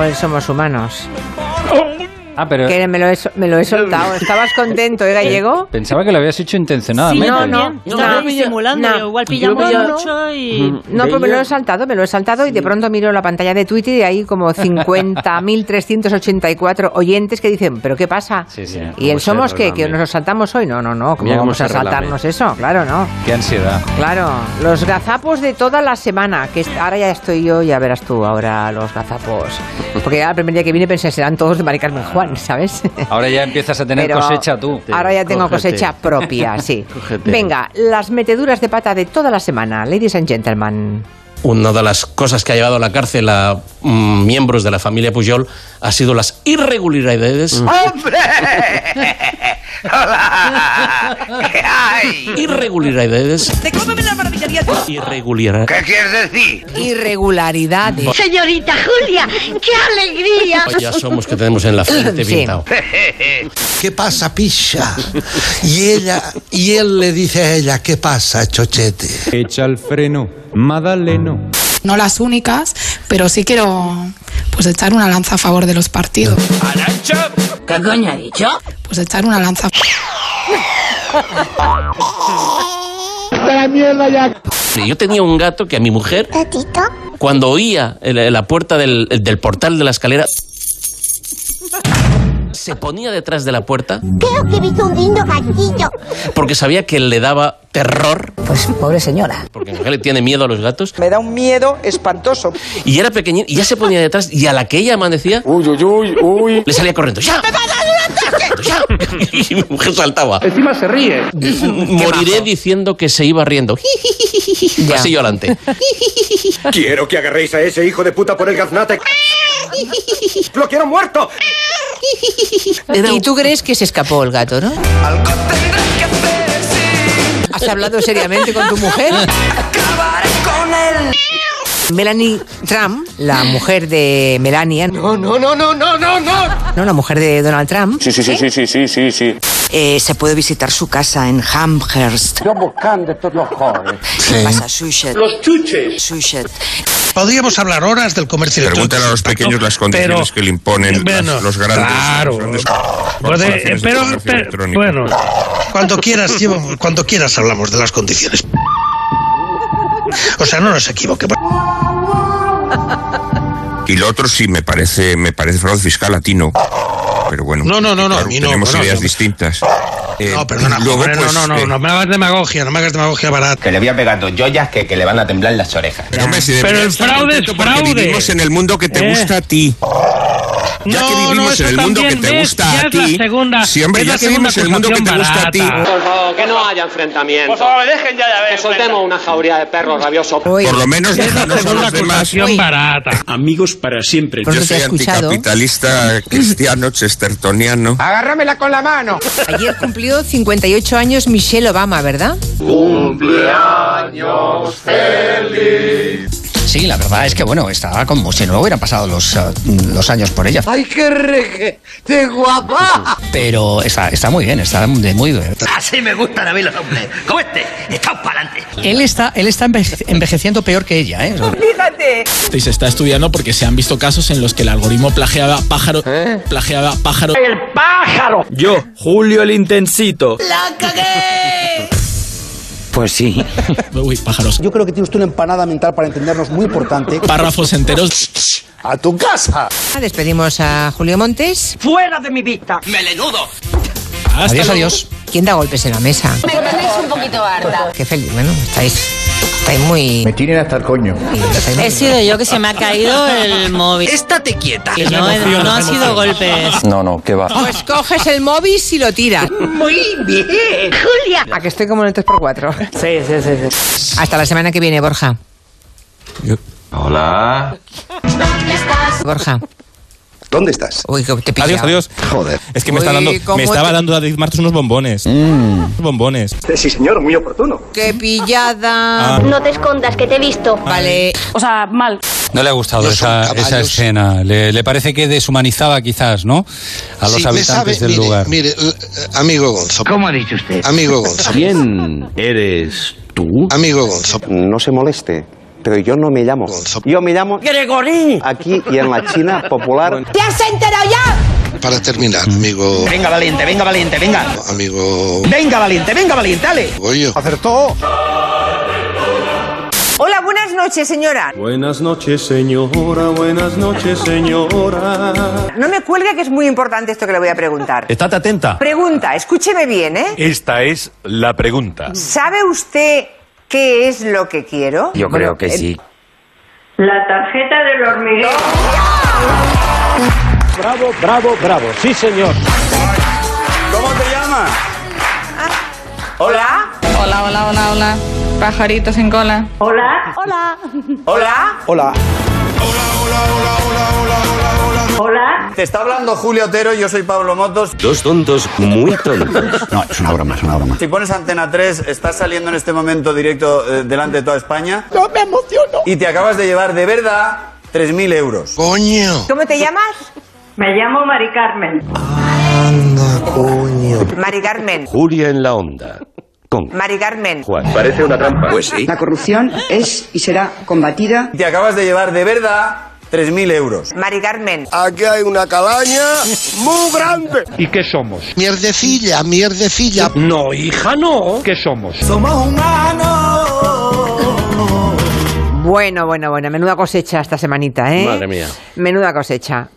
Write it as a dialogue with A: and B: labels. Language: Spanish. A: Hoy somos humanos.
B: Ah, pero
A: Que me lo, he, so- me lo he soltado. ¿Estabas contento, eh, gallego?
B: pensaba que lo habías hecho intencionadamente.
A: Sí, no, no.
C: Yo estaba disimulando,
A: no.
C: igual
D: Yo
C: pillamos
D: veía-
C: mucho y...
A: No, pero me lo he saltado, me lo he saltado y de pronto miro la pantalla de Twitter y hay como 50.384 oyentes que dicen, ¿pero qué pasa?
B: Sí, sí.
A: ¿Y el
D: ¿Cómo se
A: somos qué? ¿Que
D: relame?
A: nos lo saltamos hoy? No, no, no. ¿Cómo
D: Mira cómo
A: vamos
D: se
A: a
D: relame.
A: saltarnos eso? Claro, no.
B: Qué ansiedad.
A: Claro. Los gazapos de toda la semana. Que est- ahora ya estoy yo, ya verás tú ahora los gazapos. Porque ya el primer día que vine pensé, serán todos de Mari Carmen Juan, ¿sabes?
B: Ahora ya empiezas a tener
A: Pero
B: cosecha tú.
A: Ahora ya tengo
D: Cógete.
A: cosecha propia, sí.
D: Cógete.
A: Venga, las meteduras de pata de toda la semana, ladies and gentlemen.
E: Una de las cosas que ha llevado a la cárcel a mm, miembros de la familia Pujol ha sido las irregularidades,
F: Mm. ¡Hombre! ¡Hola! ¿Qué hay?
E: irregularidades,
C: ¡Te cómeme la maravilla!
E: irregularidades.
F: ¿Qué quieres decir?
A: Irregularidades.
G: Señorita Julia, qué alegría.
E: Pues Ya somos que tenemos en la frente
A: Sí.
E: pintado.
H: ¿Qué pasa, pisa? Y ella, y él le dice a ella, ¿qué pasa, chochete?
I: Echa el freno, Madaleno.
J: no las únicas, pero sí quiero pues echar una lanza a favor de los partidos.
C: ¿Qué coño ha dicho?
J: Pues echar una lanza.
E: Yo tenía un gato que a mi mujer, cuando oía el- la puerta del, del portal de la escalera, se ponía detrás de la puerta
G: Creo que he visto un lindo gatillo.
E: porque sabía que le daba terror,
A: Pues pobre señora.
E: porque mi mujer le tiene miedo a los gatos,
C: Me da un miedo espantoso.
E: y era pequeñita, y ya se ponía detrás, y a la que ella amanecía, uy, uy, uy, uy, le salía corriendo, ¡ya! ¡Ya! Y mi mujer saltaba. Encima se ríe. Moriré diciendo que se iba riendo.
B: Pues
E: Pasillo adelante.
I: Quiero que agarréis a ese hijo de puta por el gaznate. ¡Lo quiero muerto!
A: ¿Y tú crees que se escapó el gato, no? ¿Has hablado seriamente con tu mujer? Melanie Trump, la mujer de Melania. No, no, no, no, no, no, no. No, la mujer de Donald Trump.
D: Sí, sí, sí, sí, sí, sí, sí, sí.
C: Eh, se puede visitar su casa en Amherst.
H: Sí.
C: Pasa Sushet. Los chuches. Sushet.
H: Podríamos hablar horas del comercio
D: Pregúntale a los pequeños las condiciones que le imponen las- los grandes.
H: claro.
D: las grandes corporaciones de comercio electrónico.
H: Cuando quieras, llevo- cuando quieras hablamos de las condiciones. O sea, no nos equivoquemos.
D: Y lo otro sí me parece, me parece fraude fiscal latino. Pero bueno,
H: No, no, no, no,
D: claro,
H: a mí no,
D: tenemos
H: bueno,
D: ideas
H: yo-
D: distintas. Eh,
H: No, perdona,
D: luego,
H: joder,
D: pues,
H: no, no, no,
D: eh,
H: no me hagas demagogia, no me hagas demagogia barata.
I: Que le voy a pegar dos joyas que, que le van a temblar las orejas.
D: Pero, hombre, si
I: Pero el
D: deberías estar
I: fraude es
D: contento porque
I: fraude.
D: Vivimos en el mundo que te
I: Eh.
D: gusta a ti. Ya que
I: No, no,
D: vivimos
I: eso
D: en el mundo que
I: también,
D: te
I: ¿ves?
D: gusta
I: Ya
D: a
I: es la
D: ti.
I: segunda-
D: Sí, hombre,
I: es
D: ya
I: la segunda
D: vivimos en el mundo que te gusta a ti.
I: acusación
C: favor, que no haya enfrentamiento. Por favor, dejen ya de haber. Que soltemos una jauría de perros rabiosos.
A: Uy,
D: Por lo menos déjanos a los demás.
A: uy,
I: Amigos para siempre.
A: por
D: Yo
A: eso te
D: soy
A: he escuchado.
D: anticapitalista cristiano, chestertoniano.
I: Agárramela con la mano.
A: Ayer cumplió 58 años Michelle Obama, ¿verdad?
B: Sí, la verdad es que bueno, estaba con Michelle, no hubieran pasado los, eh, los años por ella. ¡Ay, qué reje! ¡Qué guapa! Pero está, está muy bien, está de muy bien.
F: Así me gustan a mí los hombres. Como este. Estamos para adelante.
B: Él está, él está enveje- envejeciendo peor que ella, ¿eh?
I: Y se está estudiando porque se han visto casos en los que el algoritmo plagiaba pájaro. Plagiaba pájaro. ¡El pájaro! Yo, Julio el Intensito.
B: Pues sí.
I: Uy, pájaros.
H: Yo creo que tiene usted una empanada mental para entendernos muy importante.
I: Párrafos enteros.
H: ¡A tu casa!
A: Ah, Despedimos a Julio Montes.
C: ¡Fuera de mi vista!
B: Adiós, adiós.
A: ¿Quién da golpes en la mesa? Me tenéis un poquito harta. Qué feliz, bueno, estáis, estáis muy... Me tienen hasta el coño.
C: He sido yo que se me ha caído el móvil.
F: Estate quieta.
C: Y No, no han sido golpes.
B: No, no, qué va.
A: Pues coges el móvil y lo tiras.
F: Muy bien.
G: Julia.
A: A que estoy como en el 3x4.
C: Sí, sí, sí. sí.
A: Hasta la semana que viene, Borja.
D: Hola.
A: Borja.
H: ¿Dónde estás?
A: Uy, que te he pillado.
I: Adiós, adiós.
H: Joder.
I: Es que me, está
A: Uy,
I: dando,
A: cómo
I: me estaba
A: te-
I: dando David Martos unos bombones.
H: Mm.
I: Bombones.
H: Sí, señor, muy oportuno.
A: Qué pillada.
I: Ah.
G: No te escondas, que te he visto.
A: Vale.
C: O sea, mal.
B: No le ha gustado
H: No son
B: esa,
H: caballos.
B: esa escena. Le, le parece que deshumanizaba quizás, ¿no? A los
H: Sí, me
B: habitantes
H: sabe-
B: del
H: mire,
B: lugar.
H: Mire, l- eh, amigo Gonzo,
F: ¿Cómo ha dicho usted?
H: amigo Gonzo,
D: ¿Quién eres tú?
H: amigo Gonzo.
D: No se moleste.
K: Pero yo no me llamo. Yo me llamo Gregorín. Aquí y en la China popular.
L: ¿Te has enterado ya?
M: Para terminar, amigo.
F: Venga, valiente, venga, valiente, venga.
M: Amigo.
F: Venga, valiente, venga, valiente, dale.
M: Goyo.
F: Acertó.
A: Hola, buenas noches, señora.
B: Buenas noches, señora. Buenas noches, señora.
A: No me cuelgue que es muy importante esto que le voy a preguntar.
E: Estate atenta.
A: Pregunta, escúcheme bien, ¿eh?
E: Esta es la pregunta.
A: ¿Sabe usted qué es lo que quiero?
E: Yo creo que sí.
A: La tarjeta del hormiguero.
N: Bravo, bravo, bravo. Sí, señor.
F: ¿Cómo te llamas?
A: Hola.
H: Hola, hola, hola, hola. Pajarito sin cola.
A: Hola. Hola. Hola.
N: Hola.
A: Hola.
F: Te está hablando Julio Otero, yo soy Pablo Motos.
E: Dos tontos muy tontos.
O: No, es una broma, es una broma.
F: Si pones Antena 3, estás saliendo en este momento directo eh, delante de toda España.
A: Yo me emociono.
F: Y te acabas de llevar de verdad 3.000 euros.
M: ¡Coño!
A: ¿Cómo te llamas? Me llamo Mari Carmen.
M: Anda, coño.
A: Mari Carmen.
E: Julia en la onda. Con
A: Mari Carmen.
E: Juan. Parece una trampa. Pues sí.
P: La corrupción es y será combatida.
F: Te acabas de llevar de verdad 3.000 euros.
A: Mari Carmen.
F: Aquí hay una calaña muy grande.
N: ¿Y qué somos?
M: Mierdecilla, mierdecilla.
N: No, hija, no. ¿Qué somos?
F: Somos humanos.
Q: Bueno, bueno, bueno, menuda cosecha esta semanita, ¿eh?
R: Madre mía.
Q: Menuda cosecha.